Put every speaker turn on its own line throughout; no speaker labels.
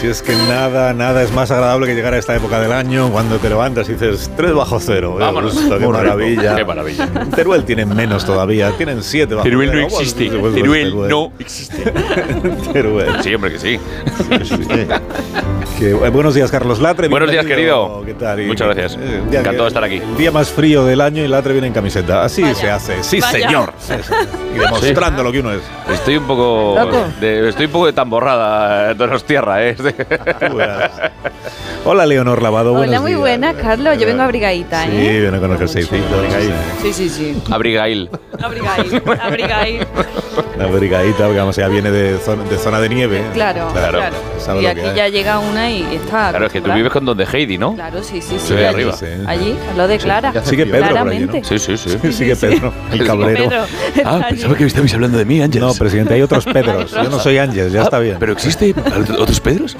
Si es que nada, nada es más agradable que llegar a esta época del año cuando te levantas y dices 3 bajo cero. eh,
Vámonos.
gusto, qué
Muy rico,
maravilla.
qué maravilla.
Teruel tienen menos todavía, tienen 7 bajo
Teruel no
cero. Vamos,
existe.
pues, pues,
Teruel no existe.
Teruel.
Sí, hombre, que sí.
Que, eh, buenos días, Carlos Latre.
Buenos días,
bienvenido.
querido.
¿Qué tal?
Muchas gracias.
el día
Encantado de estar aquí.
El día más frío del año y Latre viene en camiseta. Así se hace. Sí,
Vaya.
señor. Sí, señor. Y demostrando lo que uno es.
Estoy un poco.
Loco.
De, estoy un poco de tamborrada, eh, Donostierra, ¿eh?
Tú verás. Hola, Leonor Lavado.
Hola,
buenos
muy
días.
buena, Carlos. Yo vengo abrigadita,
sí,
¿eh?
Sí, viene con el jerseycito.
Sí, sí, sí.
Abrigail.
Abrigáis, abrigáis.
Una brigadita, porque además ella viene de zona de, zona de nieve.
Claro,
Claro.
claro.
Sabe
Y
lo que
aquí
hay.
ya llega una y está.
Claro, es que tú
acostumbrada.
vives con donde Heidi, ¿no?
Claro, sí, sí, sí.
Sí,
allí,
arriba.
Sí.
Allí, lo declara.
Sí, que Pedro por allí, ¿no?
Claramente.
Sí, sí, sí.
Sí, Sigue Pedro, el cabrero.
Pedro. está allí.
Ah, que estabais hablando de mí, Ángel.
No, presidente, hay otros Pedros. Yo no soy Ángel, ya está bien.
existe otros Pedros.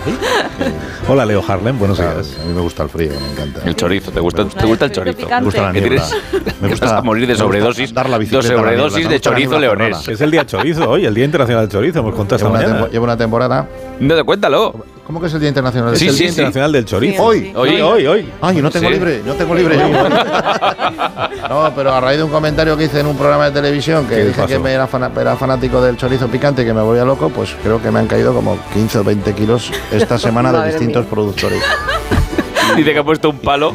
Hola, Leo Harlem, buenos
Claro,
días.
a mí me gusta el frío, me encanta.
El chorizo, ¿te gusta,
gusta
¿te gusta el
el frito
chorizo?
picante. Me gusta la
Que
niebla. Me
tienes- que
gusta-
vas a morir de
me gusta
sobredosis.
dar la
Dos
bicicleta a la niebla,
sobredosis
me gusta
de
la
chorizo
niebla
leonés.
cerrada.
Es el día chorizo hoy, el Día Internacional del Chorizo, hemos contado esta
Llevo una,
mañana.
tempo- llevo una temporada.
No, de- cuéntalo.
¿Cómo que es el Día Internacional del
Sí,
es el
Chorizo?
Día Internacional del Chorizo.
Hoy,
Sí.
hoy,
Sí, hoy, hoy.
Ay, no tengo
Sí.
libre, no tengo libre. no, pero a raíz de un comentario que hice en un programa de televisión
¿Qué
que dije
pasó?
que me era, fana- era fanático del chorizo picante y que me volvía loco, pues creo que me han caído como 15 o 20 kilos esta semana de
Madre
distintos productores.
Dice que ha puesto un palo.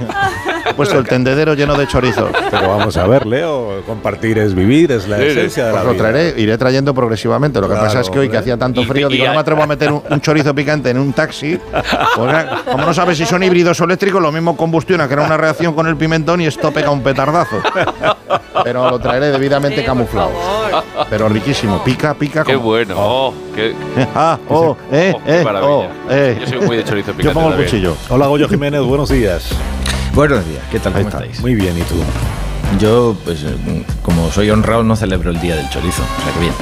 He puesto el tendedero lleno de chorizo.
Pero vamos a ver, Leo, compartir es vivir, es la
Sí, sí.
esencia de la
Os lo
vida.
traeré, iré trayendo progresivamente. Lo que
Claro,
pasa es que hoy
hombre.
que hacía tanto
Y-
frío,
y-
digo, no
y-
me atrevo a meter un, un chorizo picante en un taxi. Pues, ya, como no sabes si son híbridos o eléctricos, lo mismo combustiona, que era una reacción con el pimentón y esto pega un petardazo. Pero lo traeré debidamente
Eh, por
camuflado.
favor.
Pero riquísimo, pica, pica.
Qué
como-
bueno. Oh, qué,
Ah, oh, eh,
oh, qué
eh,
maravilla.
oh, eh.
Yo soy muy de chorizo picante.
Yo pongo el
también.
cuchillo.
Hola, Goyo Jiménez, buenos días.
Buenos días, ¿qué tal?
Ahí
¿Cómo
está.
estáis?
Muy bien, ¿y tú?
Yo, pues, eh, como soy honrado, no celebro el día del chorizo. O sea que bien.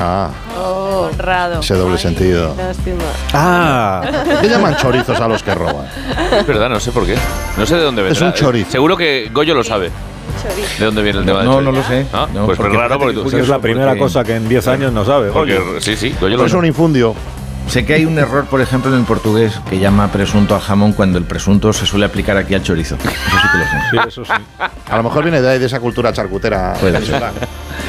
Ah,
Oh, honrado.
Ese doble
Ay,
sentido.
Lástima.
Ah,
¿qué llaman chorizos a los que roban?
Es verdad, no sé por qué. No sé de dónde vendrá. eh.
Es un chorizo.
Seguro que Goyo lo sabe.
Chorizo.
¿De dónde viene el tema del
No,
chorizo?
no lo sé.
Ah,
No,
pues es
porque
raro
fíjate
porque
qué
tú...
curioso.
es la primera
porque-
cosa que en 10 años no sabe.
Porque,
Goyo.
sí, sí, Goyo lo
Es un
sabe.
infundio.
Sé que hay un error, por ejemplo, en el portugués que llama presunto al jamón cuando el presunto se suele aplicar aquí al chorizo. Eso sí que lo sé.
Sí, eso sí.
A lo mejor viene de ahí, de esa cultura charcutera.
Puede ser.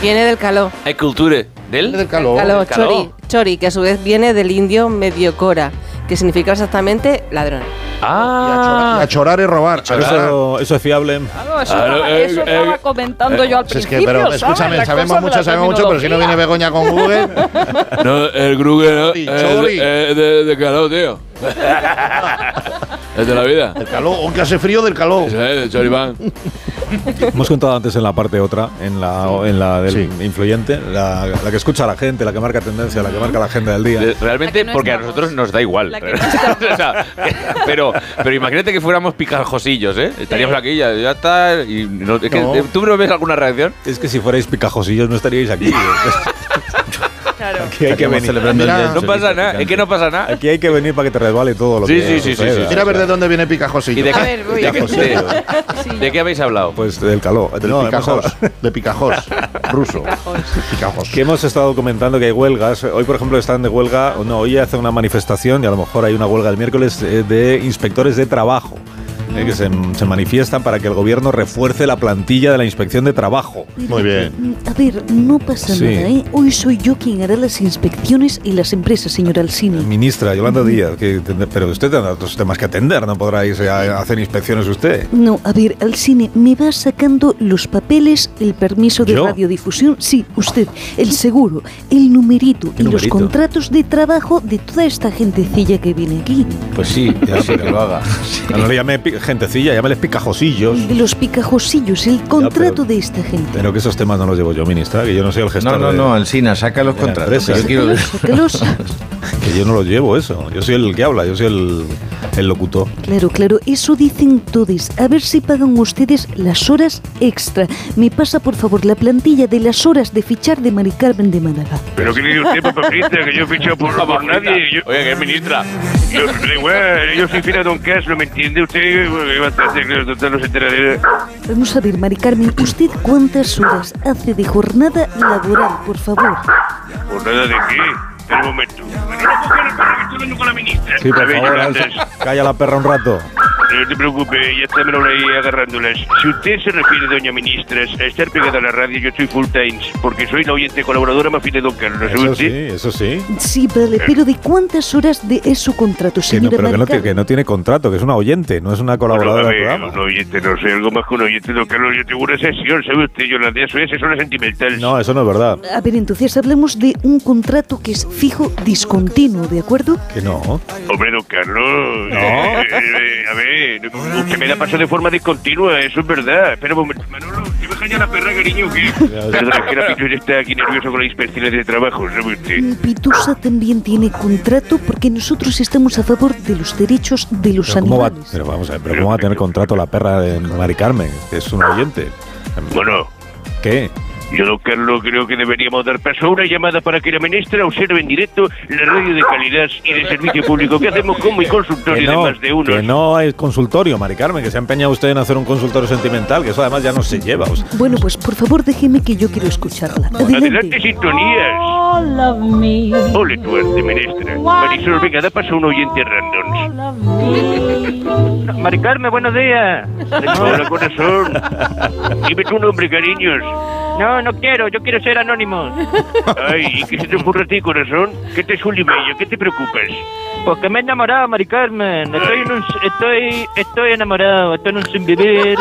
Viene del caló.
Hay cultura del...
Del calor.
Caló,
del caló.
chori, chori, que a su vez viene del indio mediocora, que significa exactamente ladrón.
Ah,
A chorar es robar.
Pero eso, eso es fiable.
Claro, eso,
Claro,
estaba,
eh,
eso
eh,
estaba
eh,
comentando yo al
Si es
principio.
que, pero
¿sabes?
escúchame,
Las
sabemos
cosas de
mucho,
la
sabemos mucho, pero si no viene
terminología.
Begoña con Google,
no, el Gruger
Chori, es- chori. es
de, calor, tío. es de la vida.
el calor, aunque hace frío del calor.
de Choribán.
Hemos contado antes en la parte otra, en la, en la del
Sí.
influyente, la, la que escucha a la gente, la que marca tendencia, la que marca la agenda del día.
Realmente,
La que no
porque a
estamos.
nosotros nos da igual.
La que no estamos.
O sea, pero, pero imagínate que fuéramos picajosillos, ¿eh? Estaríamos aquí, ya, ya está. Y no- es que,
No.
eh, ¿Tú no ves alguna reacción?
Es que si fuerais picajosillos no estaríais aquí.
Claro.
aquí, hay que
Estamos
venir,
celebrando el día del
No
chorizo
pasa nada,
picante.
es que no pasa nada.
aquí hay que venir para que te resbale todo lo
Sí,
que
sí, sí, sí,
suceda.
sí, sí.
Mira a ver de dónde viene Picajosillo.
¿Y de,
A
qué-
ver,
de
voy.
qué- de-
Sí,
de qué habéis hablado?
Pues del calor.
Del
No, hemos
Picajos.
hablado-
De Picajos. Ruso. Picajos.
Que hemos estado comentando que hay huelgas. Hoy, por ejemplo, están de huelga, o no, hoy hace una manifestación y a lo mejor hay una huelga el miércoles eh, de inspectores de trabajo. eh, que se, se manifiestan para que el gobierno refuerce la plantilla de la inspección de trabajo.
Muy bien.
Mm, A ver, no pasa
Sí.
nada, ¿eh? Hoy soy yo quien hará las inspecciones y las empresas, señora Alsina.
Ministra Yolanda Díaz, que, pero usted tendrá otros temas que atender, no podrá irse a hacer inspecciones usted.
No, a ver, Alsina, me va sacando los papeles, el permiso de
¿Yo?
radiodifusión, sí, usted, el seguro, el numerito
¿Qué
y los
numerito?
contratos de trabajo de toda esta gentecilla que viene aquí.
Pues sí,
Ya,
sí,
pero-
que lo haga.
Ah, No le llame pi- gentecilla, llámales picajosillos.
De los picajosillos, el contrato de esta gente.
Pero que esos temas no los llevo yo, ministra, que yo no soy el
No,
gestor.
no,
de-
no, Alsina, saca los
de la
contratos. que
empresa.
yo quiero ver.
Sácalos.
Que yo no los llevo eso. Yo soy el que habla, yo soy el, el locutor.
Claro, claro, eso dicen todos. A ver si pagan ustedes las horas extra. Me pasa, por favor, la plantilla de las horas de fichar de Mari Carmen de Málaga.
Pero que le dio tiempo, papita, que yo he fichado por, por nadie. Yo,
Oye, que es ministra.
yo, da igual, yo soy fiel a Don Cash, ¿lo me entiende usted? Que va a estar- que total no se entera de-
Vamos a ver, Mari Carmen, ¿usted cuántas horas hace de jornada laboral, por favor?
Por nada de qué. Espera un momento. Bueno, no coge el perro que estoy hablando con la ministra.
Sí,
A
por
ver,
favor,
Yolanda,
Elsa, calla la perra un rato.
No te preocupes, ya está Manolo ahí agarrándolas. Si usted se refiere, doña ministra, a estar pegada a la radio, yo estoy full times, porque soy la oyente colaboradora más fiel de Don Carlos. ¿sabe
Eso sí,
usted?
eso sí.
Sí, vale, pero ¿de cuántas horas de es su contrato,
Que no,
señora
pero que
Mari
no, tiene, que
Carmen?
no tiene contrato, que es una oyente, no es una
Bueno,
colaboradora
a
del
ver,
programa.
Un oyente, no sé, algo más que un oyente, Don Carlos. Yo tengo una sesión, ¿sabe usted? Yolanda, eso es, eso no es sentimental.
No, eso no es verdad.
A ver, entonces hablemos de un contrato que es fijo, discontinuo, ¿de acuerdo?
Que no.
Hombre, don Carlos. eh, eh, a ver, usted me la pasó de forma discontinua, eso es verdad. Espera un momento. Manolo, te baja ya la perra, cariño, que. Perdón, es que la Pichus está aquí nervioso con las inspecciones de trabajo, ¿sabe usted?
Pitusa también tiene contrato porque nosotros estamos a favor de los derechos de los
Pero, ¿cómo va,
animales.
pero vamos a ver, pero ¿cómo va a tener contrato la perra de Mari Carmen? Que es una oyente.
Bueno,
¿Qué?
yo, don Carlos, creo que deberíamos dar paso a una llamada para que la ministra observe en directo la radio de calidad y de servicio público que hacemos como y
Que
consultorio
no,
de más de uno.
que no es consultorio, Mari Carmen, que se ha empeñado usted en hacer un consultorio sentimental, que eso además ya no se lleva. o sea.
Bueno, pues por favor déjeme que yo quiero escucharla.
Adelante,
Adelante.
sintonías.
All of me.
Ole tu arte, ministra. Marisol, venga, da paso a un oyente random.
All of me.
Maricarme, buenos días. Hola, corazón. Dime tu nombre, cariños. No, no quiero, yo quiero ser anónimo. Ay, ¿y qué se te ocurre a ti, corazón? ¿Qué te sulimeño? ¿Qué te preocupas?
Porque me he enamorado, Mari Carmen. Estoy, en un, estoy, estoy enamorado, estoy en un sinvivir.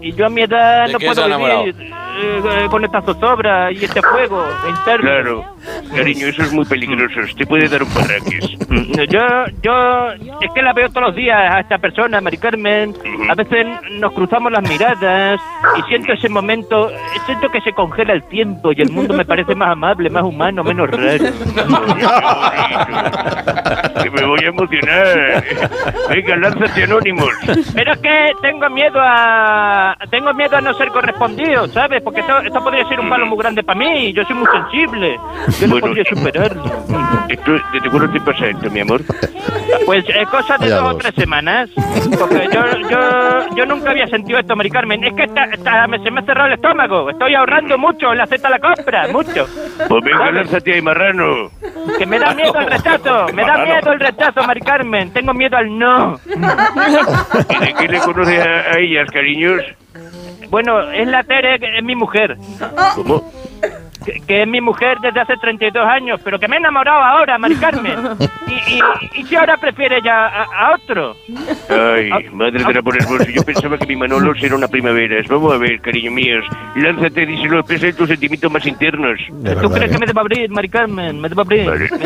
Y yo a mi edad
¿De
no
quién
puedo
se ha enamorado?
vivir eh, eh, con esta zozobra y este fuego interno.
Claro. Cariño, eso es muy peligroso. Te puede dar un Mm, parraquis.
Yo, yo, es que la veo todos los días a esta persona, Mari Carmen. A veces nos cruzamos las miradas y siento ese momento, siento que se congela el tiempo y el mundo me parece más amable, más humano, menos raro.
Que me voy a emocionar. Venga, lánzate, anónimos.
Pero es que tengo miedo a tengo miedo a no ser correspondido, ¿sabes? Porque esto, esto podría ser un palo muy grande para mí. y Yo soy muy sensible. Yo no
Bueno.
podría superarlo.
Esto, ¿Desde cuándo te pasa esto, mi amor?
Pues es cosa de
Ya
dos o
dos.
tres semanas. Porque yo, yo, yo nunca había sentido esto, Mari Carmen. Es que esta- esta- me- se me ha cerrado el estómago. Estoy ahorrando mucho en la cesta de la compra, mucho.
Pues venga, lánzate ahí, marrano.
Que me da miedo el rechazo. Me da miedo el rechazo, Mari Carmen. Tengo miedo al no.
¿Y de qué le conoces a, a ellas, cariños?
Bueno, es la Tere, que es mi mujer. Oh.
¿Cómo?
que, que es mi mujer desde hace 32 años, pero que me he enamorado ahora, Mari Carmen. Y, y, y si ahora prefiere ya a, a otro.
Ay, madre de la por hermoso, yo pensaba que mi Manolo era una primavera. Vamos a ver, cariño míos, lánzate, díselo, expresa tus sentimientos más internos.
De
¿Tú
verdad,
crees
¿eh?
que me debo abrir, Mari Carmen? Me debo abrir.
Vale.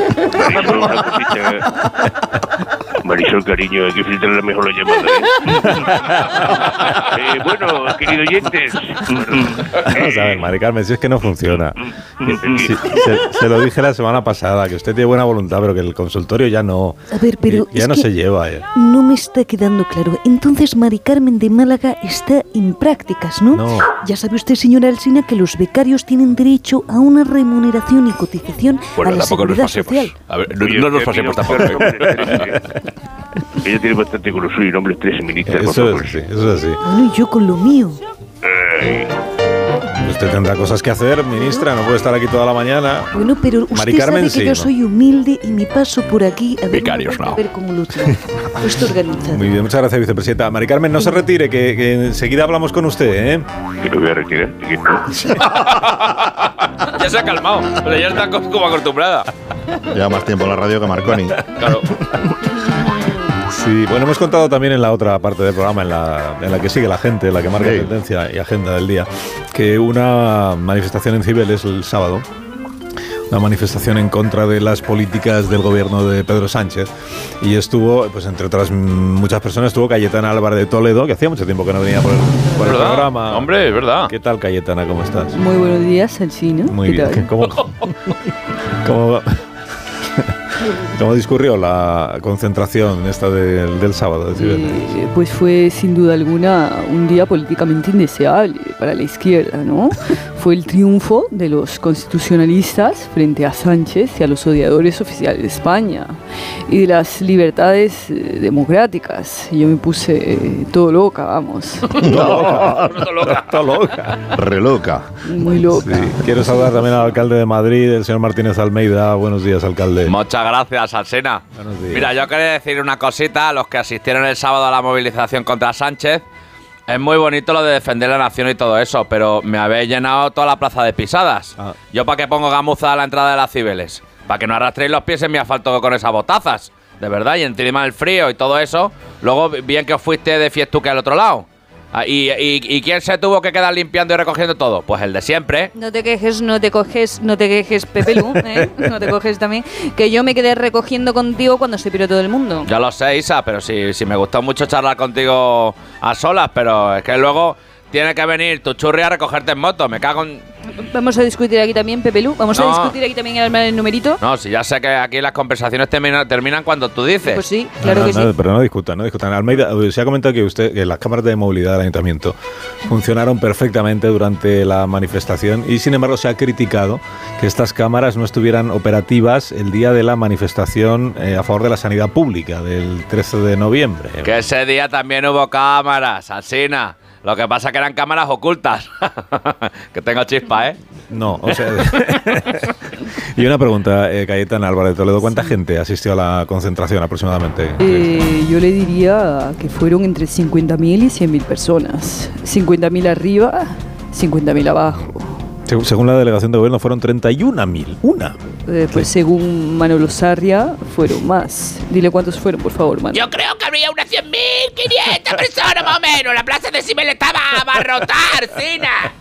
Marisol, una cosita. Marisol, cariño, hay que filtrar mejor la llamada. ¿eh? Eh, bueno, querido oyentes.
Vamos a ver, Mari Carmen, si es que no funciona.
Mm.
Sí, se, se lo dije la semana pasada, que usted tiene buena voluntad, pero que el consultorio ya no.
A ver, pero
Ya
es
no
que-
se lleva. eh.
No me está quedando claro. Entonces Mari Carmen de Málaga está en prácticas, ¿no?
No.
Ya sabe usted, señora Alsina, que los becarios tienen derecho a una remuneración y cotización a
Bueno,
la
tampoco nos
seguridad
pasemos.
social.
A ver, no, no nos pasemos tampoco.
¿eh? Ella tiene bastante con lo suyo, nombre tres ministras, por
Eso
favor.
es, sí, eso es así.
Bueno, y yo con lo mío.
Ay.
Usted tendrá cosas que hacer, ministra, no puede estar aquí toda la mañana.
Bueno, pero usted
Mari Carmen
sabe que
sí,
yo
¿no?
soy humilde y me paso por aquí a ver,
Vicarios,
a
no.
ver cómo lo tengo. Esto organizado.
Muy bien, muchas gracias, vicepresidenta. Mari Carmen, no se retire, que, que enseguida hablamos con usted, ¿eh?
Que lo voy a retirar. que no.
Ya se ha calmado. Pero ya está co- como acostumbrada.
Lleva más tiempo la radio que Marconi.
Claro.
Sí, bueno, hemos contado también en la otra parte del programa, en la, en la que sigue la gente, en la que marca
Sí.
tendencia y agenda del día, que una manifestación en Cibeles el sábado una manifestación en contra de las políticas del gobierno de Pedro Sánchez. Y estuvo, pues entre otras mm, muchas personas, estuvo Cayetana Álvarez de Toledo, que hacía mucho tiempo que no venía por el, por el
¿Verdad?
programa.
Hombre, es verdad.
¿Qué tal, Cayetana? ¿Cómo estás?
Muy buenos días, Alcino.
Muy
¿Qué
bien.
tal?
¿Cómo, cómo- cómo discurrió la concentración esta del, del sábado? de Cibeles?
Eh, pues fue sin duda alguna un día políticamente indeseable para la izquierda, ¿no? fue el triunfo de los constitucionalistas frente a Sánchez y a los odiadores oficiales de España y de las libertades eh, democráticas. Yo me puse eh, todo loca, vamos.
Está loca.
Reloca.
Muy loca.
Sí. Quiero saludar también al alcalde de Madrid, el señor Martínez Almeida. Buenos días, alcalde.
Muchas gracias, Alsena.
Buenos días.
Mira, yo quería decir una cosita a los que asistieron el sábado a la movilización contra Sánchez. Es muy bonito lo de defender la nación y todo eso, pero me habéis llenado toda la plaza de pisadas.
Ah.
Yo para qué pongo gamuza a la entrada de las Cibeles, para que no arrastréis los pies en mi asfalto con esas botazas, de verdad, y encima el frío y todo eso. Luego, bien que os fuiste de fiestuca al otro lado. Ah, ¿Y, y, y quién se tuvo que quedar limpiando y recogiendo todo? Pues el de siempre.
No te quejes, no te coges, no te quejes, Pepelu, ¿eh? no te coges también, que yo me quedé recogiendo contigo cuando se piró todo el mundo.
Ya lo sé, Isa, pero sí, sí me gustó mucho charlar contigo a solas, pero es que luego tiene que venir tu churri a recogerte en moto. Me cago en.
Vamos a discutir aquí también, Pepelu, vamos
No.
a discutir aquí también y armar el numerito.
No, si ya sé que aquí las conversaciones termina- terminan cuando tú dices.
Pues sí, claro
No,
que sí.
no, no, pero no discutan, no discutan. Almeida, eh, se ha comentado que usted, que las cámaras de movilidad del ayuntamiento funcionaron perfectamente durante la manifestación y sin embargo se ha criticado que estas cámaras no estuvieran operativas el día de la manifestación eh, a favor de la sanidad pública del 13 de noviembre.
Que ese día también hubo cámaras, asina. Lo que pasa que eran cámaras ocultas. que tengo chispa, ¿eh?
No, o sea. y una pregunta, eh, Cayetana Álvarez de Toledo, ¿cuánta gente asistió a la concentración aproximadamente?
Eh, yo le diría que fueron entre 50.000 y 100.000 personas. 50.000 arriba, 50.000 abajo.
Seg- Según la delegación de gobierno fueron 31.000, una.
Eh, pues según Manolo Sarria, fueron más. Dile cuántos fueron, por favor, Manolo.
Yo creo que habría unas 100.500 personas más o menos. La plaza de Sibel estaba a abarrotar, Sina.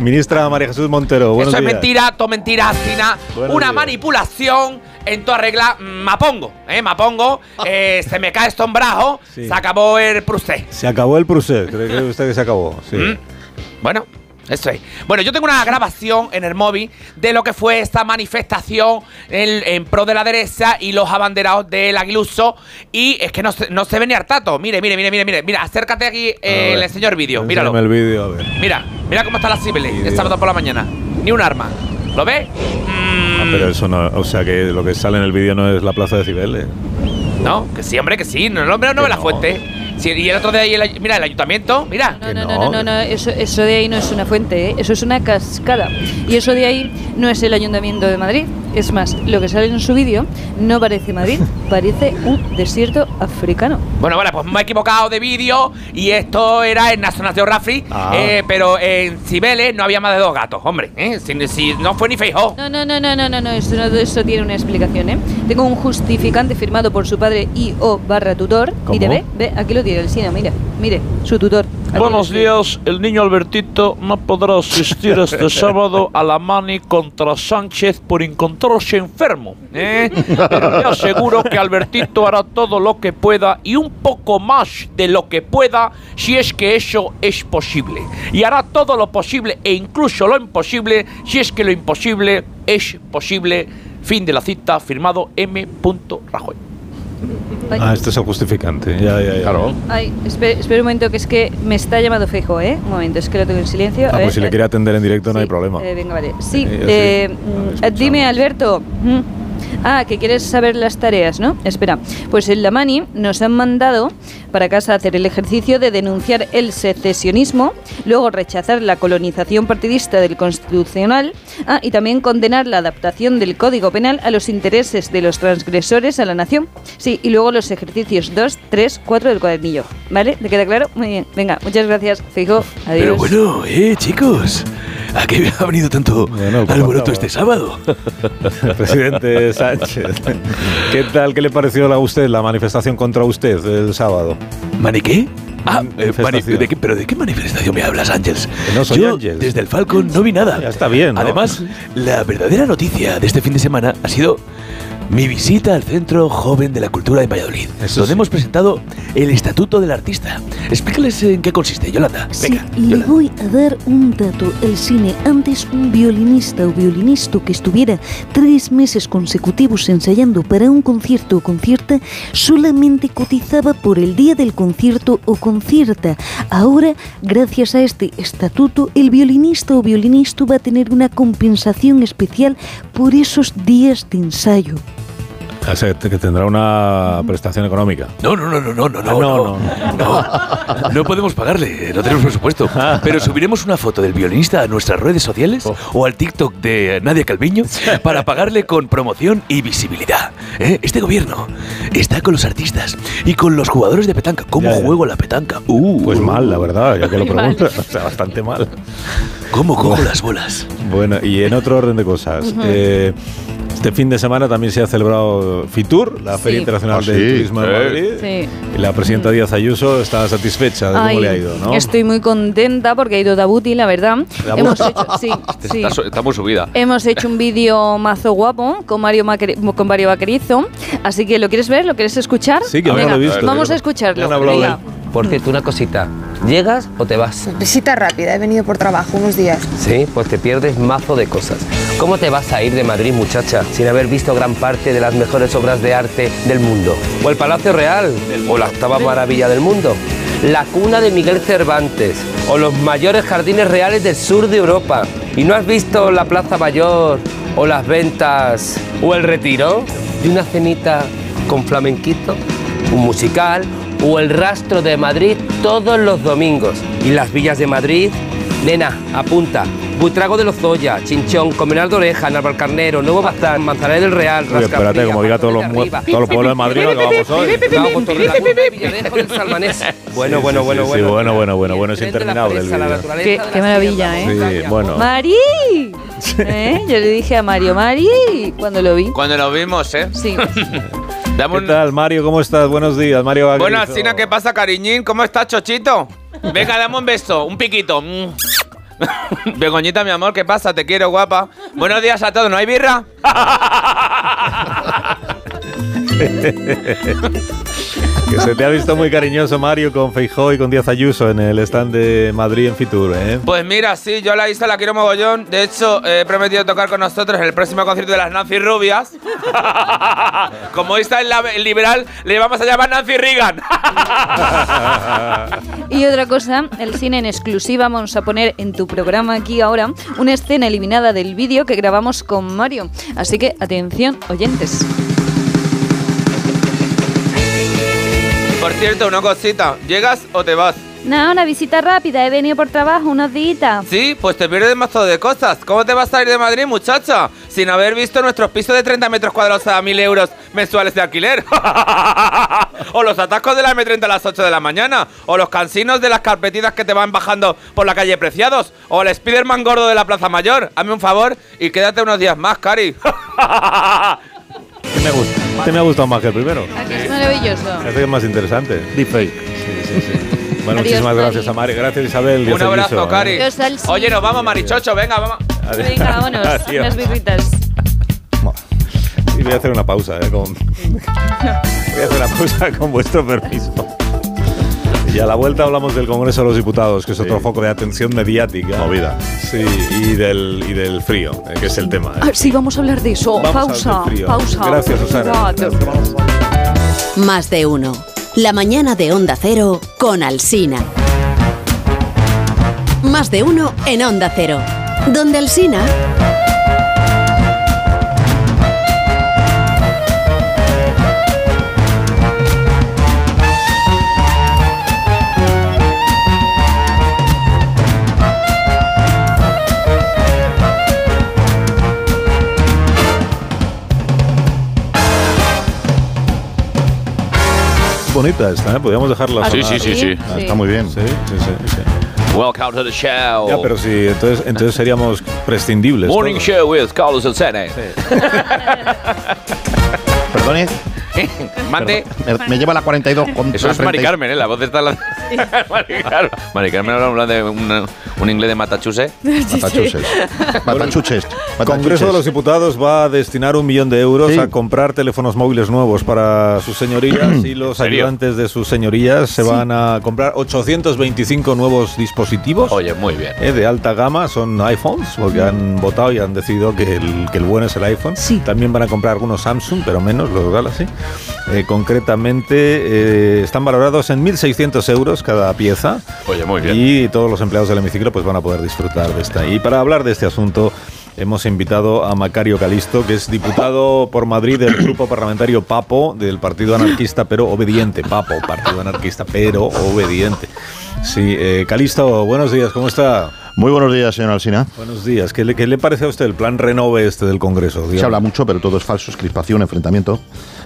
Ministra María Jesús Montero, Pues buenos
Eso es
días.
mentira, todo mentira, Sina.
Buenos
Una
días.
manipulación en toda regla. Mm, Mapongo, ¿eh? Mapongo. eh, se me cae esto en brazo.
Sí.
Se acabó el prusté.
Se acabó el procés, cree cree usted que se acabó. Sí.
Mm. Bueno, eso es. Bueno, yo tengo una grabación en el móvil de lo que fue esta manifestación en, en pro de la derecha y los abanderados del aguiluso. Y es que no se, no se ve ni hartato. Mire, mire, mire, mire, mire. Mira, acércate aquí, eh,
A ver,
le enseño el vídeo.
enséñame
Míralo.
el vídeo, a ver.
Mira, mira cómo está la Cibeles
Vídeo.
el sábado por la mañana. Ni un arma. ¿Lo ves?
Ah, pero eso no, o sea que lo que sale en el vídeo no es la plaza eh. de Cibeles.
No, que sí, hombre, que sí. No, el hombre no
Que
ve la
no.
fuente. Sí, y el otro de ahí, el ay- mira, el ayuntamiento, mira.
No,
Que
no,
no.
no, no, no, no, Eso, eso de ahí no es una fuente, ¿eh? eso es una cascada. Y eso de ahí no es el Ayuntamiento de Madrid. Es más, lo que sale en su vídeo no parece Madrid, parece un desierto africano.
Bueno, vale, pues me he equivocado de vídeo y esto era en National Geographic,
Ah.
eh, pero en Cibeles no había más de dos gatos, hombre. ¿eh? Si, si no fue ni Feijó.
No, no, no, no, no, no, no, eso, no- eso tiene una explicación, ¿eh? Tengo un justificante firmado por su padre y o barra tutor.
¿Cómo?
Mire, ve, ve, aquí lo tiene el sino, mire, mire, su tutor. Aquí
Buenos
lo tiene.
días, el niño Albertito no podrá asistir este sábado a la mani contra Sánchez por encontrarse enfermo. ¿eh? Pero le aseguro que Albertito hará todo lo que pueda y un poco más de lo que pueda si es que eso es posible. Y hará todo lo posible e incluso lo imposible si es que lo imposible es posible. Fin de la cita, firmado M. Rajoy.
Ay.
Ah, este es el justificante. Ya, ya, ya.
Claro.
Ay, espera, espera un momento, que es que me está llamando Fejo, ¿eh? Un momento, es que lo tengo en silencio.
Ah,
a ver,
pues si le
eh,
quiere atender en directo no
sí,
hay problema.
eh, venga, vale. Sí,
Eh, sí,
eh,
no lo
mm,
escuchamos.
dime, Alberto. Mm. Ah, que quieres saber las tareas, ¿no? Espera. Pues en la Mani nos han mandado para casa a hacer el ejercicio de denunciar el secesionismo, luego rechazar la colonización partidista del Constitucional ah, y también condenar la adaptación del Código Penal a los intereses de los transgresores a la nación. Sí, y luego los ejercicios 2, 3, 4 del cuadernillo. ¿Vale? ¿Te queda claro? Muy bien. Venga, muchas gracias, Fijo. Adiós.
Pero bueno, eh, chicos. ¿A qué ha venido tanto
Bueno, pues
alboroto
faltaba.
este sábado?
Presidente Sánchez, ¿qué tal? ¿Qué le pareció a usted la manifestación contra usted el sábado?
¿Maniqué? Ah, eh, mani- ¿de qué- ¿Pero de qué manifestación me hablas, Ángels?
No soy
Yo,
Ángels.
desde el Falcon, no vi nada.
Ya está bien, ¿no?
Además, la verdadera noticia de este fin de semana ha sido mi visita al Centro Joven de la Cultura de Valladolid, donde hemos presentado el Estatuto del Artista. Explícales en qué consiste, Yolanda.
Sí, le voy a dar un dato. El cine, antes un violinista o violinista que estuviera tres meses consecutivos ensayando para un concierto o concierta, solamente cotizaba por el día del concierto o concierta. Ahora, gracias a este estatuto, el violinista o violinista va a tener una compensación especial por esos días de ensayo.
O sea, que tendrá una prestación económica.
No, no, no, no, no,
Ah,
no, no, no, no. No podemos pagarle, no tenemos presupuesto. Pero subiremos una foto del violinista a nuestras redes sociales
Oh.
o al TikTok de Nadia Calviño para pagarle con promoción y visibilidad. ¿Eh? Este gobierno está con los artistas y con los jugadores de petanca. ¿Cómo juego la petanca? Uh,
Pues mal, la verdad, ya que lo
Muy mal.
preguntas. O sea, bastante mal.
¿Cómo cojo las bolas?
Bueno, y en otro orden de cosas.
Ujú.
eh, este fin de semana también se ha celebrado FITUR, la Feria
Sí.
Internacional
Ah,
de
sí.
Turismo de
Eh.
Madrid.
Sí.
Y la presidenta Díaz Ayuso está satisfecha de cómo
Ay,
le ha ido, ¿no?
Estoy muy contenta porque ha ido Dabuti, la verdad.
Dabuti.
Hemos hecho, sí, sí.
Está, su- está muy subida.
Hemos hecho un vídeo mazo guapo con Mario Macri- con Mario Vaquerizo, así que lo quieres ver, lo quieres escuchar.
Sí, que no
Venga,
lo he visto,
Vamos
pero
a escucharlo.
ya han hablado de
Venga.
Por cierto, una cosita. ¿Llegas o te vas?
Visita rápida, he venido por trabajo unos días.
Sí, pues te pierdes mazo de cosas. ¿Cómo te vas a ir de Madrid, muchacha, sin haber visto gran parte de las mejores obras de arte del mundo? O el Palacio Real, o la octava maravilla del mundo. La cuna de Miguel Cervantes, o los mayores jardines reales del sur de Europa. ¿Y no has visto la Plaza Mayor, o las ventas, o el retiro? ¿Y una cenita con flamenquito? ¿Un musical? ¿O el rastro de Madrid todos los domingos? ¿Y las villas de Madrid? Nena, apunta. Butrago de Lozoya, Chinchón, Comenal de Oreja, Navalcarnero, Nuevo Bazán, Manzanares del Real,
Oye, espérate,
Rascafría,
como diga todos los, mue- todos los pueblos de Madrid, lo que vamos hoy.
Vamos, Torrelaguna, Villarejo del Salmanés. Bueno,
Sí,
bueno,
sí,
bueno,
sí,
bueno.
bueno, bueno, bueno, bueno, es interminable el vídeo.
Qué, qué maravilla, ¿eh?
Sí, bueno.
¡Mari! ¿Eh? Yo le dije a Mario, ¡Mari! Cuando lo vi.
Cuando lo vimos, ¿eh?
Sí.
¿Qué tal, Mario? ¿Cómo estás? Buenos días, Mario Vaquerizo.
Bueno, Alcina, ¿qué pasa, cariñín? ¿Cómo estás, chochito? Venga, dame un beso, un piquito. Mm. Begoñita, mi amor, ¿qué pasa? Te quiero, guapa. Buenos días a todos, ¿no hay birra?
que se te ha visto muy cariñoso, Mario, con Feijó y con Díaz Ayuso en el stand de Madrid en Fitur, ¿eh?
Pues mira, sí, yo a la Isa la quiero mogollón. De hecho, he prometido tocar con nosotros en el próximo concierto de las Nancy Rubias. Como Isa es la liberal, le vamos a llamar Nancy Reagan.
Y otra cosa, el cine en exclusiva vamos a poner en tu programa aquí ahora una escena eliminada del vídeo que grabamos con Mario. Así que atención, oyentes.
Por cierto, una cosita. ¿Llegas o te vas?
Nada, una visita rápida, he venido por trabajo unos días.
Sí, pues te pierdes mazo de cosas. ¿Cómo te vas a ir de Madrid, muchacha? Sin haber visto nuestros pisos de 30 metros cuadrados a 1.000 euros mensuales de alquiler. o los atascos de la M30 a las 8 de la mañana. O los cansinos de las carpetitas que te van bajando por la calle Preciados. O el Spiderman gordo de la Plaza Mayor. Hazme un favor y quédate unos días más, Cari.
Este me, gusta, este me ha gustado más que el primero.
Es maravilloso.
Este que es más interesante. Deepfake. Sí, sí, sí. Bueno,
Adiós,
muchísimas
Mari.
gracias a Mario. Gracias, Isabel. Díaz
Un abrazo,
Ayuso, ¿eh?
Cari.
Adiós, Elsie.
Oye, nos vamos, Marichocho. Venga, vamos.
Adiós.
Venga, vámonos,
Adiós.
unas birritas.
Y voy a hacer una pausa, ¿eh? Con... Voy a hacer una pausa con vuestro permiso. Y a la vuelta hablamos del Congreso de los Diputados, que es otro foco de atención mediática. Movida. Sí, y del, y del frío, eh, que es el tema. ¿eh?
Ah, sí, vamos a hablar de eso.
Vamos a hablar
Oh, pausa,
del frío.
pausa.
Gracias, Susana.
Ah, te-
Más de uno. La mañana de Onda Cero con Alsina. Más de uno en Onda Cero. Donde Alsina.
Bonita esta, ¿eh? Podríamos dejarla.
Ah, sí,
sonar.
sí, sí, sí.
Ah, está muy bien. Sí, sí, sí. sí.
Welcome to the show.
Ya, pero sí, entonces, entonces seríamos prescindibles.
Morning
todos.
show with Carlos Alcene.
Perdone.
Mate.
Me, me lleva la 42 con
Eso es Mari Carmen, ¿eh? La voz de esta. La... Mari Carmen. Mari Carmen habla un- de un, un inglés de Matachuse.
Matachuses. Matachuches.
Congreso de los Diputados va a destinar un millón de euros
Sí.
a comprar teléfonos móviles nuevos para sus señorías y los
serio?
ayudantes de sus señorías se van a comprar 825 nuevos dispositivos.
Oye, muy bien.
eh, de alta gama, son iPhones, porque han votado y han decidido que el, que el bueno es el iPhone. También van a comprar algunos Samsung, pero menos los Galaxy. Eh, concretamente, eh, están valorados en 1.600 euros cada pieza.
Oye, muy bien.
Y todos los empleados del hemiciclo pues, van a poder disfrutar de esta. Y para hablar de este asunto, hemos invitado a Macario Calisto, que es diputado por Madrid del grupo parlamentario Papo, del Partido Anarquista pero Obediente. Papo, Partido Anarquista pero Obediente. Sí, eh, Calisto, buenos días, ¿cómo está?
Muy buenos días, señor Alsina.
Buenos días. ¿Qué le, qué le parece a usted el plan renove este del Congreso?
Se
Dígame.
habla mucho, pero todo es falso, es crispación, enfrentamiento.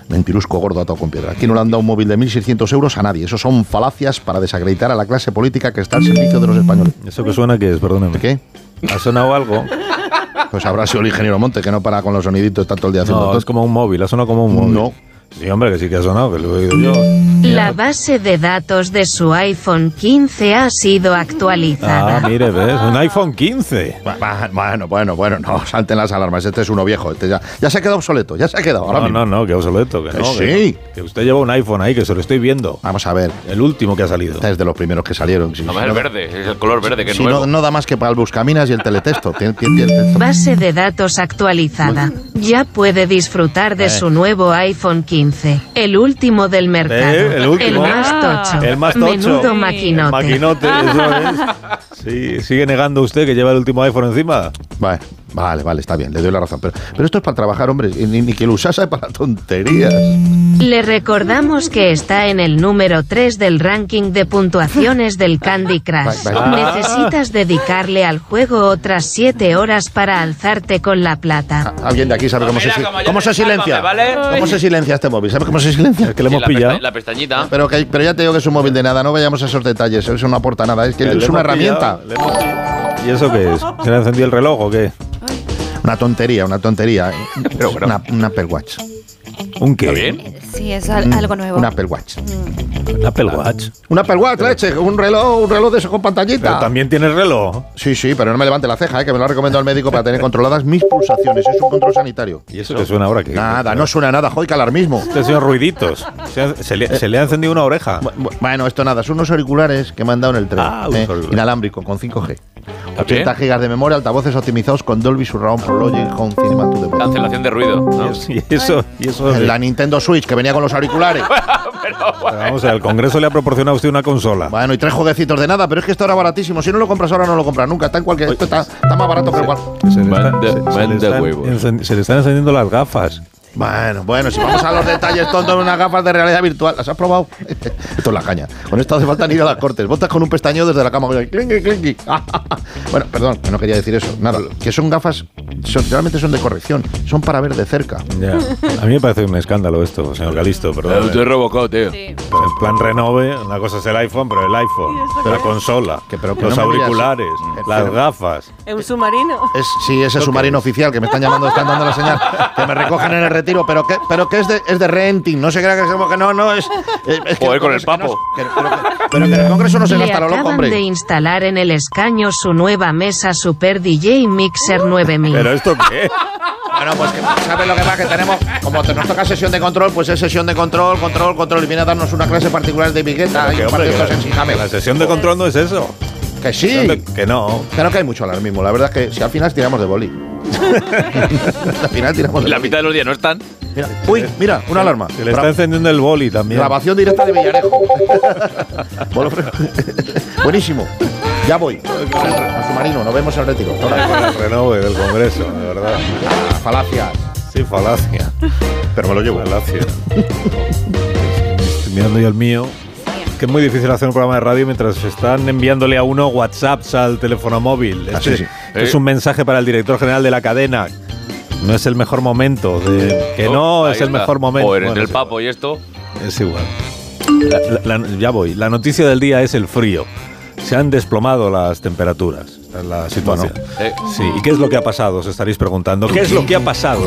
Mentirusco gordo atado con piedra. Aquí no le han dado un móvil de 1.600 euros a nadie. Eso son falacias para desacreditar a la clase política que está al servicio de los españoles.
¿Eso que suena qué es? Perdóneme.
¿Qué?
¿Ha sonado algo?
Pues habrá sido el ingeniero Monte, que no para con los soniditos tanto el día haciendo
No,
todo.
es como un móvil, ha sonado como un móvil. No. Sí, hombre, que sí que ha sonado, que lo he oído yo.
La base de datos de su iPhone 15 ha sido actualizada.
Ah, mire, ves, un iPhone 15.
Bueno, bueno, bueno, no, salten las alarmas. Este es uno viejo. Este ya, ya se ha quedado obsoleto, ya se ha quedado. Ahora
no,
mismo.
no, no, que obsoleto, que
Que
no.
sí.
Que, que usted lleva un iPhone ahí, que se lo estoy viendo.
Vamos a ver.
El último que ha salido.
Este es de los primeros que salieron. Sí,
Además,
no-
el verde, es el color verde que es
sí,
nuevo.
no, no da más que para el buscaminas y el teletexto. Tien- tien- tien- tien-
Base de datos actualizada. Ya puede disfrutar de
Eh.
su nuevo iPhone 15, el último del mercado,
Eh, el último.
más tocho.
El más tocho.
Menudo
El
maquinote.
maquinote, eso es. Sí, sigue negando usted que lleva el último iPhone encima.
Vale, vale, vale, está bien, le doy la razón. Pero, pero esto es para trabajar, hombre, y ni, ni que lo usase para tonterías.
Le recordamos que está en el número 3 del ranking de puntuaciones del Candy Crush.
Vale, vale.
Necesitas dedicarle al juego otras 7 horas para alzarte con la plata.
Alguien de aquí sabe cómo se, si- cómo se silencia. ¿Cómo se silencia este móvil? ¿Sabe cómo se silencia? que le
Sí, la pesta- La pestañita.
Pero, que, pero ya te digo que es un móvil de nada, no vayamos a esos detalles, eso no aporta nada, es que
Que le
es una
hemos
herramienta.
pillado, le hemos- ¿Y eso qué es? ¿Se le ha encendido el reloj o qué?
Una tontería, una tontería. ¿eh? Una, un Apple Watch. Mm,
¿Un qué?
Sí, es
Mm.
al- algo nuevo.
Un Apple Watch.
¿Un Apple Watch?
Un Apple Watch, leche, un reloj, un reloj de eso con pantallita.
Pero también tiene reloj.
Sí, sí, pero no me levante la ceja, eh, que me lo ha recomendado el médico para tener controladas mis pulsaciones. Es un control sanitario.
¿Y eso qué suena ahora? que
Nada, no suena nada, joder, que alarmismo.
Este señor ruiditos. Se, ha- se le, se le ha encendido una oreja.
Bueno, esto nada, son unos auriculares que me han dado en el tren. eh, inalámbrico, con 5G. 80 gigas de memoria, altavoces optimizados con Dolby Surround Pro Logic Home Cinema to the Best.
Cancelación de ruido. ¿no?
Y eso, y eso
La Nintendo Switch, que venía con los auriculares.
Pero Vamos a ver, el Congreso le ha proporcionado a usted una consola.
Bueno, y tres jueguecitos de nada, pero es que esto era baratísimo. Si no lo compras ahora, no lo compras nunca. Está en cualquier. Esto está, está más barato que igual.
Se le, está-
Manda-
se- se le
manda
están
huevos.
encen- se le están encendiendo las gafas.
Bueno, bueno, si vamos a los detalles tontos de unas gafas de realidad virtual, ¿las has probado? Esto es la caña. Con esto hace falta ni ir a las cortes. Botas con un pestañeo desde la cama. Clinqui, clinqui. Bueno, perdón, que no quería decir eso. Nada, que son gafas, son, realmente son de corrección. Son para ver de cerca.
Ya. A mí me parece un escándalo esto, señor Calisto, perdón.
Usted es Robocop, tío.
El plan renove, una cosa es el iPhone, pero el iPhone, la consola,
pero que
los
no me digas-
auriculares, las
Pero-
gafas.
¿Es un submarino?
Es, sí, ese submarino oficial que me están llamando, están dando la señal, que me recojan en el retiro, pero que, pero que es, de, es de renting, no se crea que, somos- que no, no, es... es- es que-
Joder, con el
que no-
papo.
que- pero, que, pero que en el Congreso no se
Le
gasta lo loco,
acaban de
hombre.
instalar en el escaño su nueva mesa Super DJ Mixer 9000.
esto qué?
Bueno, pues que, ¿sabes lo que pasa? Que tenemos, como te- nos toca sesión de control, pues es sesión de control, control, control, y viene a darnos una clase particular de piqueta y
Que,
un par
hombre,
de
que
cosas
la,
en Sijame.
que la sesión de control no es eso.
Que sí.
Que no.
Claro que hay mucho alarmismo, la verdad es que si al final tiramos de boli. al final tiramos de
La
boli.
mitad de los días no están.
Mira, uy, mira, una alarma.
Se le está encendiendo el boli también.
Grabación directa de Villarejo. Bolo fre- Buenísimo. Ya voy. Al submarino, nos vemos en el retiro. Hasta ahora.
Con el renove del Congreso, de verdad.
Falacias.
Sí, falacia.
Pero me lo llevo.
Falacia. Estoy mirando yo el mío. Es Que es muy difícil hacer un programa de radio mientras están enviándole a uno WhatsApps al teléfono móvil.
Ah,
Este
sí, sí.
Es un mensaje para el director general de la cadena. No es el mejor momento. de-
Oh,
que no
Ahí
es el
está.
mejor momento.
Joder, entre
Bueno,
el papo y esto.
Es igual. La- la- la- ya voy. La noticia del día es el frío. Se han desplomado las temperaturas. Esta es la situación.
Eh,
Sí, ¿y qué es lo que ha pasado? Os estaréis preguntando. ¿Qué es lo que ha pasado?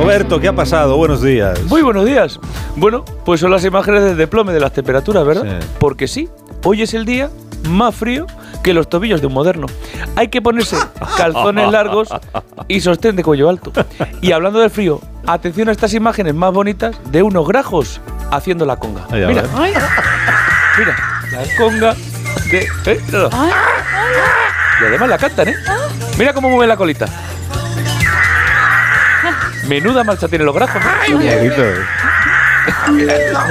Roberto, ¿qué ha pasado? Buenos días.
Muy buenos días. Bueno, pues son las imágenes del desplome de las temperaturas, ¿verdad? Porque sí, hoy es el día más frío que los tobillos de un moderno. Hay que ponerse calzones largos y sostén de cuello alto. Y hablando del frío, atención a estas imágenes más bonitas de unos grajos haciendo la conga.
a
Mira,
ver.
mira, la conga de... ¿eh? Y además la cantan, ¿eh? Mira cómo mueve la colita. Menuda marcha tienen los grajos. ¿no?
¿eh?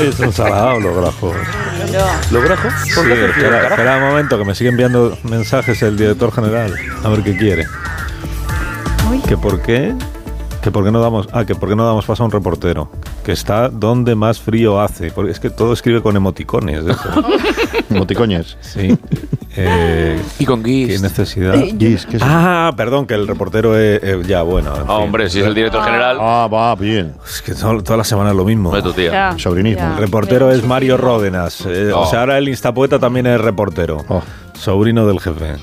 Es un salado, los grajos.
¿Los grajos?
Sí,
¿Por qué hacen frío,
espera,
carajo?
espera un momento, que me sigue enviando mensajes el director general. A ver qué quiere. ¿Que por qué? ¿Que por qué no damos, ah, que por qué no damos paso a un reportero? Que está donde más frío hace. Porque es que todo escribe con emoticones. de eso.
Emoticoñes.
Sí. eh,
y con guis.
¿Qué necesidad?
Eh, yo- Guis, ¿qué es eso?
ah, perdón, que el reportero eh, eh, ya, bueno. en fin.
Ah, Hombre, si es el director general.
Ah, va, bien.
Es que todo- toda la semana es lo mismo.
tu tía. Ya,
Sobrinismo.
ya.
El reportero es Mario Ródenas. eh,
Oh.
O sea, ahora el instapoeta también es reportero. Sobrino del jefe.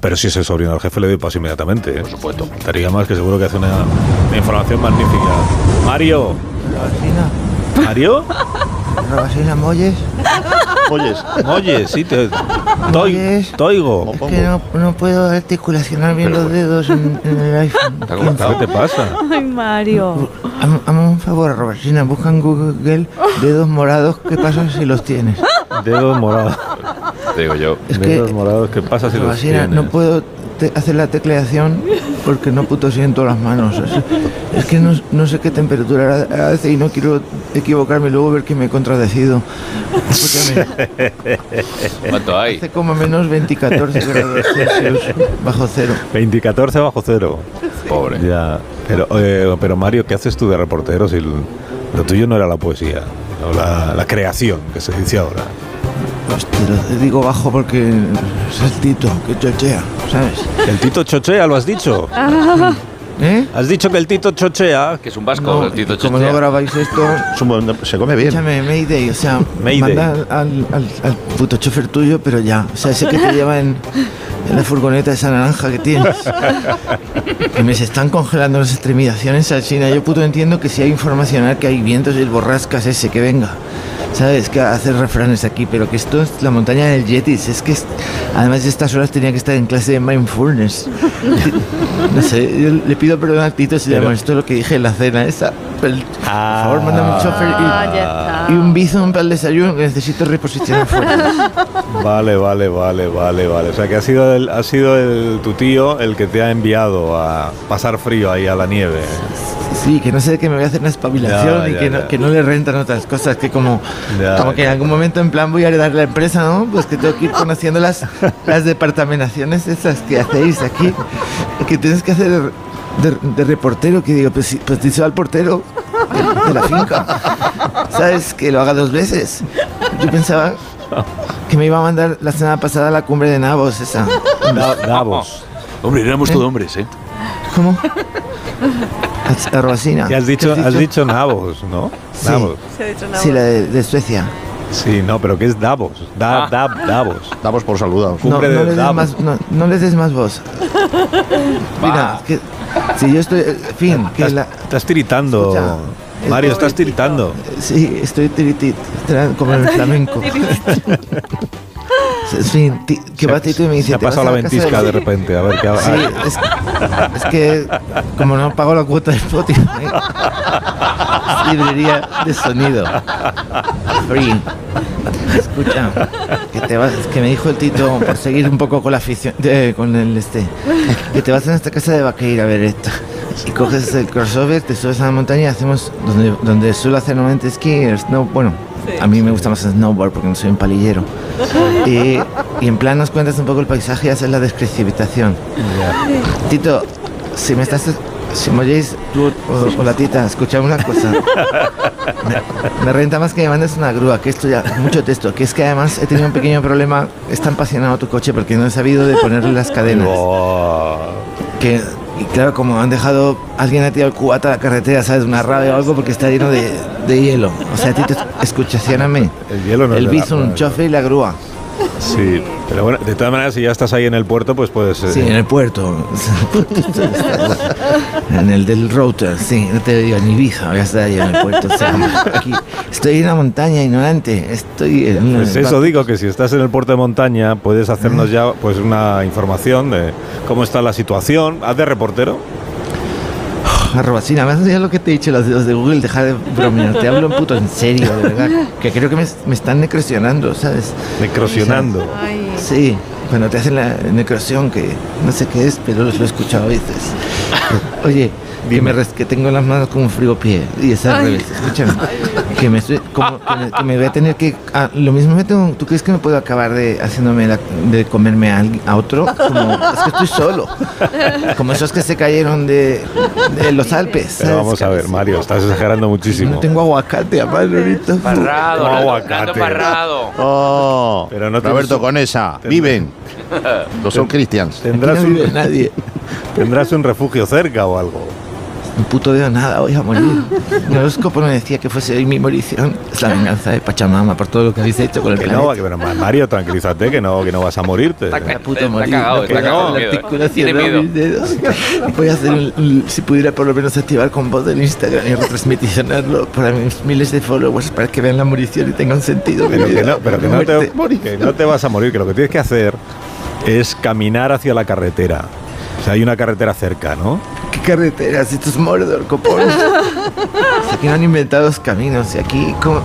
Pero si es el sobrino del jefe, le doy paso inmediatamente. Por supuesto. Estaría más que seguro que hace una, una información magnífica. Mario. ¿Mario?
¿No así las molles?
Oyes. Oyes, sí. Te, toi- toigo.
Que no, no puedo articulacionar bien los dedos en, en el iPhone.
¿Qué te pasa?
Ay, Mario.
Hazme hazme un favor, Robertina, busca en Google dedos morados, ¿qué pasa si los tienes?
Dedos morados.
Digo yo.
Es que-
Dedos morados, ¿qué pasa si los
Robertina,
tienes?
no puedo te- hacer la tecleación porque no puto siento las manos. Es, es que no, no sé qué temperatura ha- hace y no quiero equivocarme y luego ver que me he contradecido. Escúchame.
¿Cuánto hay?
Hace como menos 20 y 14 grados Celsius bajo cero.
20 14 bajo cero.
Pobre.
Ya. Pero, eh, pero Mario, ¿qué haces tú de reportero si el- lo tuyo no era la poesía? o la, la creación que se dice ahora.
Te lo digo bajo porque es el Tito, que chochea, ¿sabes?
El Tito chochea, lo has dicho.
¿Eh?
Has dicho que el Tito chochea.
Que es un vasco, el Tito
Como no grabáis esto,
se come bien.
Escúchame, Mayday, o sea,
Mayday.
manda al, al- al puto chofer tuyo, pero ya. O sea, ese que te lleva en, en la furgoneta esa naranja que tienes. Que me se están congelando las extremidades al China. Yo puto entiendo que si hay informacional, que hay vientos y el borrascas ese, que venga. ¿Sabes? Que hacer refranes aquí, pero que esto es la montaña del Yetis. Es que es- además de estas horas tenía que estar en clase de mindfulness. No sé, yo le pido perdón a Tito si le
Pero-
molestó lo que dije en la cena esa. pero- por favor, mándame un chofer
Ah,
y,
ya está.
y un bizum para el desayuno que necesito reposicionar fuera.
Vale, vale, vale, vale, vale. O sea que ha sido, el, ha sido el, tu tío el que te ha enviado a pasar frío ahí a la nieve.
Sí, que no sé de qué me voy a hacer una espabilación
Ya,
y
ya,
que,
ya.
No, que no le rentan otras cosas, que como,
Ya,
como que en algún momento en plan voy a heredar la empresa, ¿no? Pues que tengo que ir conociendo las, las departamentaciones esas que hacéis aquí, que tienes que hacer de, de reportero, que digo, pues, si- pues dice al portero de, de la finca, ¿sabes? Que lo haga dos veces. Yo pensaba que me iba a mandar la semana pasada a la cumbre de Navos esa.
Davos.
Hombre, éramos
¿Eh?
todos hombres, ¿eh?
¿Cómo? A, a Rosina.
Y has dicho, has dicho Navos, ¿no?
Sí.
Navos.
Se ha dicho Navos. Sí, la de- de Suecia.
Sí, no, pero ¿qué es Davos? Da,
Ah.
da- Davos.
Davos por saludados.
No,
Cumbre
no
de
les des
Davos.
más, no, no les des más voz. Mira, que, si yo estoy. eh, Fin, que la.
Estás tiritando.
Escucha,
Mario,
es-
estás tiritando.
Sí, estoy tiritit, tra- como en el flamenco. fin, ti- que va Tito y me dice.
Se ha
"¿Te vas
pasado la
a casa
ventisca
del-?"
de repente. A ver qué Ah.
Sí, es, es que como no pago la cuota de Spotify, librería de sonido. Free. Escucha, que te vas, que me dijo el Tito por seguir un poco con la afición, eh, con el este, que te vas a esta casa de vaqueira a ver esto. Y coges el crossover, te subes a la montaña y hacemos donde, donde suelo hacer normalmente esquí, el snow, bueno, a mí me gusta más el snowboard porque no soy un palillero. Y, y en plan nos cuentas un poco el paisaje y haces la descripción. Tito, si me estás. Si me oyes, tú o, o la tita, escuchame una cosa. Me, me renta más que me mandes una grúa, que esto ya, mucho texto, que es que además he tenido un pequeño problema, está apasionado tu coche porque no he sabido de ponerle las cadenas. Que, y claro, como han dejado, alguien ha tirado el cubata a la carretera, ¿sabes? Una rabia o algo porque está lleno de, de hielo. O sea, Tito, escuchacioname.
El hielo no es
El
de la
bizum,
rabia.
chofer y la grúa.
Sí, pero bueno, de todas maneras, si ya estás ahí en el puerto, pues puedes. eh,
Sí, en el puerto. en el del router, sí. No te digo, en Ibiza voy a estar yo en el puerto. o sea, aquí estoy en una montaña ignorante. Estoy en una-
Pues eso digo, que si estás en el puerto de montaña, puedes hacernos ya pues una información de cómo está la situación. Haz de reportero.
Arroba Sina, me has enseñado lo que te he dicho, los dedos de Google, deja de bromear, te hablo en puto en serio, de verdad. Que creo que me, me están necrosionando, ¿sabes?
Necrosionando.
Ay. Sí, cuando te hacen la necrosión, que no sé qué es, pero lo he escuchado a veces. Oye, que, me res- que tengo las manos como un frigopié, y es al
Ay.
revés, escúchame. Que me, estoy- como- que me- que me voy a tener que... ah, lo mismo me tengo... ¿Tú crees que me puedo acabar de haciéndome la- de comerme a, alguien- a otro? Como, es que estoy solo. Como esos que se cayeron de, de los Alpes.
Pero
¿sabes?
vamos a ver, Mario, estás exagerando muchísimo.
Tengo aguacate, aparte, ahorita.
Parrado,
Como
Nando-
aguacate.
Nando Parrado.
Oh,
Pero no
Roberto
tienes-
Conesa,
Tendrás-
viven. Los son cristians.
Tendrás
Aquí no vive
un,
nadie.
tendrás un refugio cerca o algo.
Un puto dedo nada, voy a morir. Mi horóscopo me decía que fuese hoy mi morición. Es la venganza de Pachamama por todo lo que habéis hecho con el
Que
planeta.
no, que- pero Mario, tranquilízate, que no, que no vas a morirte.
Está puto
Está
morir.
cagado,
no
está
puedo
cagado,
hacer la
miedo.
articulación
Tiene
de
miedo.
mis dedos. Voy a hacer un- un- si pudiera por lo menos activar con voz del Instagram y retransmitirlo para mis miles de followers para que vean la morición y tenga un sentido.
Pero
mi
que
vida.
no, pero que no te, que no te vas a morir, que lo que tienes que hacer es caminar hacia la carretera. O sea, hay una carretera cerca, ¿no?
¿Qué carreteras? Esto es Mordor, copón. Si aquí no han inventado los caminos. Y aquí como-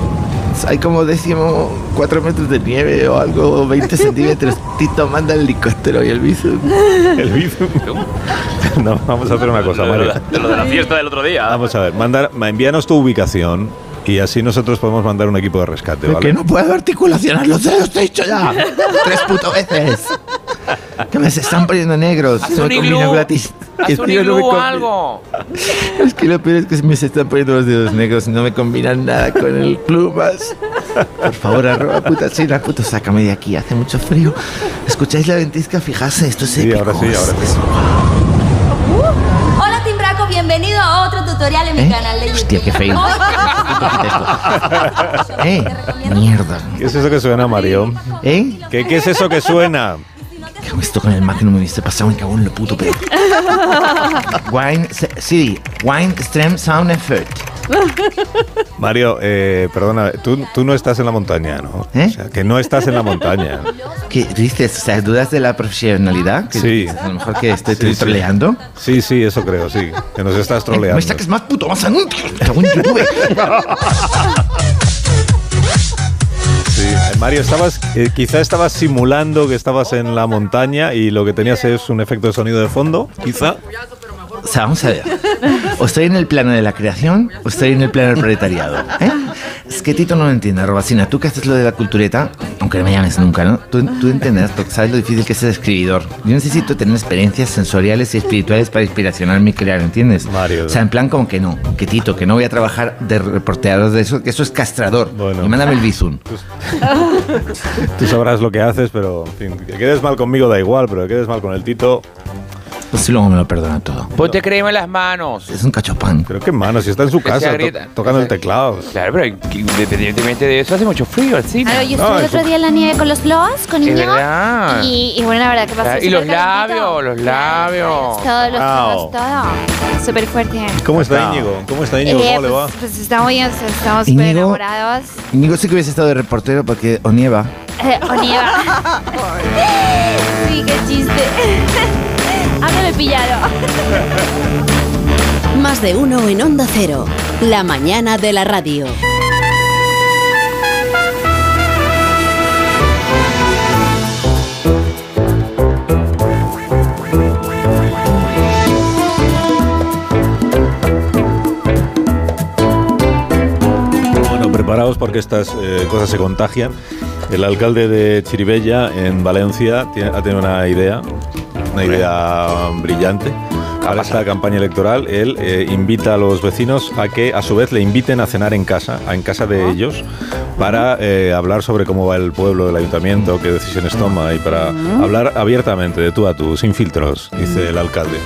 hay como décimo cuatro metros de nieve o algo, 20 centímetros. Tito manda el helicóptero y el bizu.
El bizu. No, vamos a hacer una cosa,
Lo de
Mario.
la- de lo de la fiesta del otro día.
Vamos a ver, mandar, ma- envíanos tu ubicación y así nosotros podemos mandar un equipo de rescate,
Pero
¿vale?
que no puedo articulacionar los dedos, te he dicho ya. Tres puto veces. Que me se están poniendo negros.
Haz
Se me
un
combina
iglú.
gratis.
Haz
Es
un
que yo no me
iglú o
combi-
algo.
Es que lo peor es que se me se están poniendo los dedos negros y no me combinan nada con el plumas. Por favor, arroba puta china, puto, sácame de aquí, hace mucho frío. ¿Escucháis la ventisca? Fijarse, esto es
Sí, ahora sí, ahora sí.
Uh. Hola Timbraco, bienvenido a otro tutorial en mi
¿Eh?
canal de YouTube.
Hostia, qué feo. ¡Eh! ¡Mierda!
¿Qué es eso que suena, Mario?
¿Eh?
¿Qué, qué es eso que suena?
¿Qué hago esto con el Magnum? Me hubiese pasado en cagón lo puto, pero... Wine... se- CD. Wine Stream Sound Effect.
Mario, eh, perdona, tú, tú no estás en la montaña, ¿no? O sea, que no estás en la montaña.
¿Eh? ¿Qué dices? O sea, ¿dudas de la profesionalidad? ¿Que
Sí.
dices, A lo mejor que estoy
Sí, sí.
troleando. Eh,
Sí, sí, eso creo, sí. Que nos estás troleando.
Me saques más puto, más anuncios. Cago en YouTube.
Sí, eh, Mario, estabas, eh, quizá estabas simulando que estabas en la montaña y lo que tenías es un efecto de sonido de fondo, quizá.
O sea, vamos a ver. O estoy en el plano de la creación o estoy en el plano del proletariado. ¿eh? Es que Tito no lo entiende, Robacina. Tú que haces lo de la cultureta, aunque no me llames nunca, ¿no? Tú, tú entenderás, porque sabes lo difícil que es ser escribidor. Yo necesito tener experiencias sensoriales y espirituales para inspiracionarme y crear, ¿entiendes? O sea, en plan como que no, que Tito, que no voy a trabajar de reporteador de eso, que eso es castrador. Y mándame el bizum.
Tú sabrás lo que haces, pero en fin, que quedes mal conmigo da igual, pero que quedes mal con el Tito.
Pues luego me lo perdona todo.
Ponte crema en las manos.
Es un cachopán.
Pero qué mano, si está en su
Que
casa
sea
to-
grita.
tocando el teclado.
Claro, pero independientemente de eso, hace mucho frío al cine.
Claro, yo estuve el otro día en la nieve con los floas, con
Es
Iñigo.
verdad.
Y, y bueno, la verdad que pasó
Claro, Ah, y
súper
los
calentito.
labios, los labios.
Todos los
Wow.
ojos, todo. Súper fuerte.
¿Cómo está Íñigo? ¿Cómo está Íñigo?
Eh,
¿Cómo le va?
pues, pues estamos bien, estamos
Íñigo.
súper enamorados.
Nico sí que hubiese estado de reportero porque o nieva.
Eh, Oliva. sí, qué chiste. A mí me pillaron.
Más de uno en Onda Cero. La mañana de la radio.
Bueno, preparaos porque estas eh, cosas se contagian. El alcalde de Chiribella, en Valencia, tiene- ha tenido una idea, una idea brillante. Para esta campaña electoral, él eh, invita a los vecinos a que, a su vez, le inviten a cenar en casa, a- en casa de ellos, para eh, hablar sobre cómo va el pueblo, el ayuntamiento, qué decisiones toma y para hablar abiertamente, de tú a tú, sin filtros, dice el alcalde.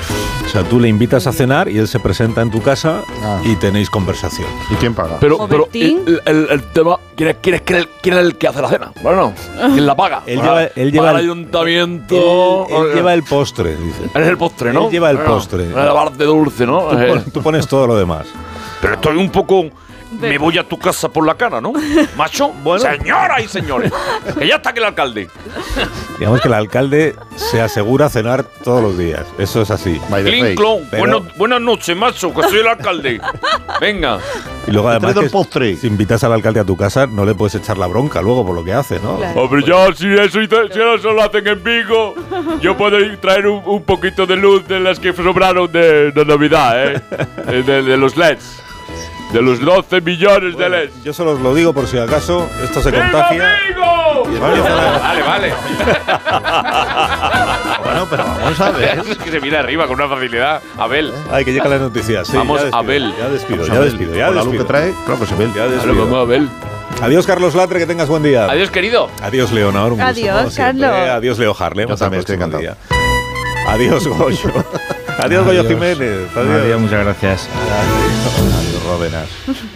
O sea, tú le invitas a cenar y él se presenta en tu casa y tenéis conversación.
¿Y quién paga?
Pero, pero el, el- el tema ¿Quién es, quién es- quién es el- quién es el que hace la cena? Bueno, ¿quién la paga?
Él
Bueno,
lleva, él lleva
paga el
el,
ayuntamiento.
él lleva el postre, dice.
Eres el postre, ¿no?
Él lleva el
Bueno,
postre.
La parte dulce, ¿no?
Tú,
Eh.
pon- tú pones todo lo demás.
Pero estoy un poco. Me voy a tu casa por la cara, ¿no? Macho, señoras y señores, que ya está aquí el alcalde.
Digamos que el alcalde se asegura cenar todos los días. Eso es así.
Clean clon.
Pero-
Bueno, buenas noches, macho, que soy el alcalde. Venga.
y luego además
traído
que
el postre.
si invitas al alcalde a tu casa no le puedes echar la bronca luego por lo que hace, ¿no?
Claro. Hombre, ya, si eso, hice- si eso lo hacen en Vigo, yo puedo ir traer un, un poquito de luz de las que sobraron de, de Navidad, ¿eh? Eh, De, de los LEDs. De los 12 millones de E LEDs.
Yo solo os lo digo por si acaso esto se
¡Viva
contagia.
Vigo! Vale, vale.
pues Bueno, pero vamos a ver.
Es que se viene arriba con una facilidad. Abel.
Hay que llegan las noticias. sí,
Vamos,
ya despido,
Abel.
Ya despido,
Vamos,
ya
Abel.
despido. Ya
Con la luz
despido.
que trae,
claro que se ve. Ya
Claro, vamos,
despido.
Abel.
Adiós, Carlos Latre, que tengas buen día.
Adiós, querido.
Adiós, Leonor. un gusto,
Adiós,
como siempre.
Carlos.
Adiós, Leo Harlem. Hasta el
también estoy
próximo día. Adiós, Goyo. Adiós, Goyo Jiménez. Adiós.
Adiós, muchas gracias.
Adiós, Ródenas.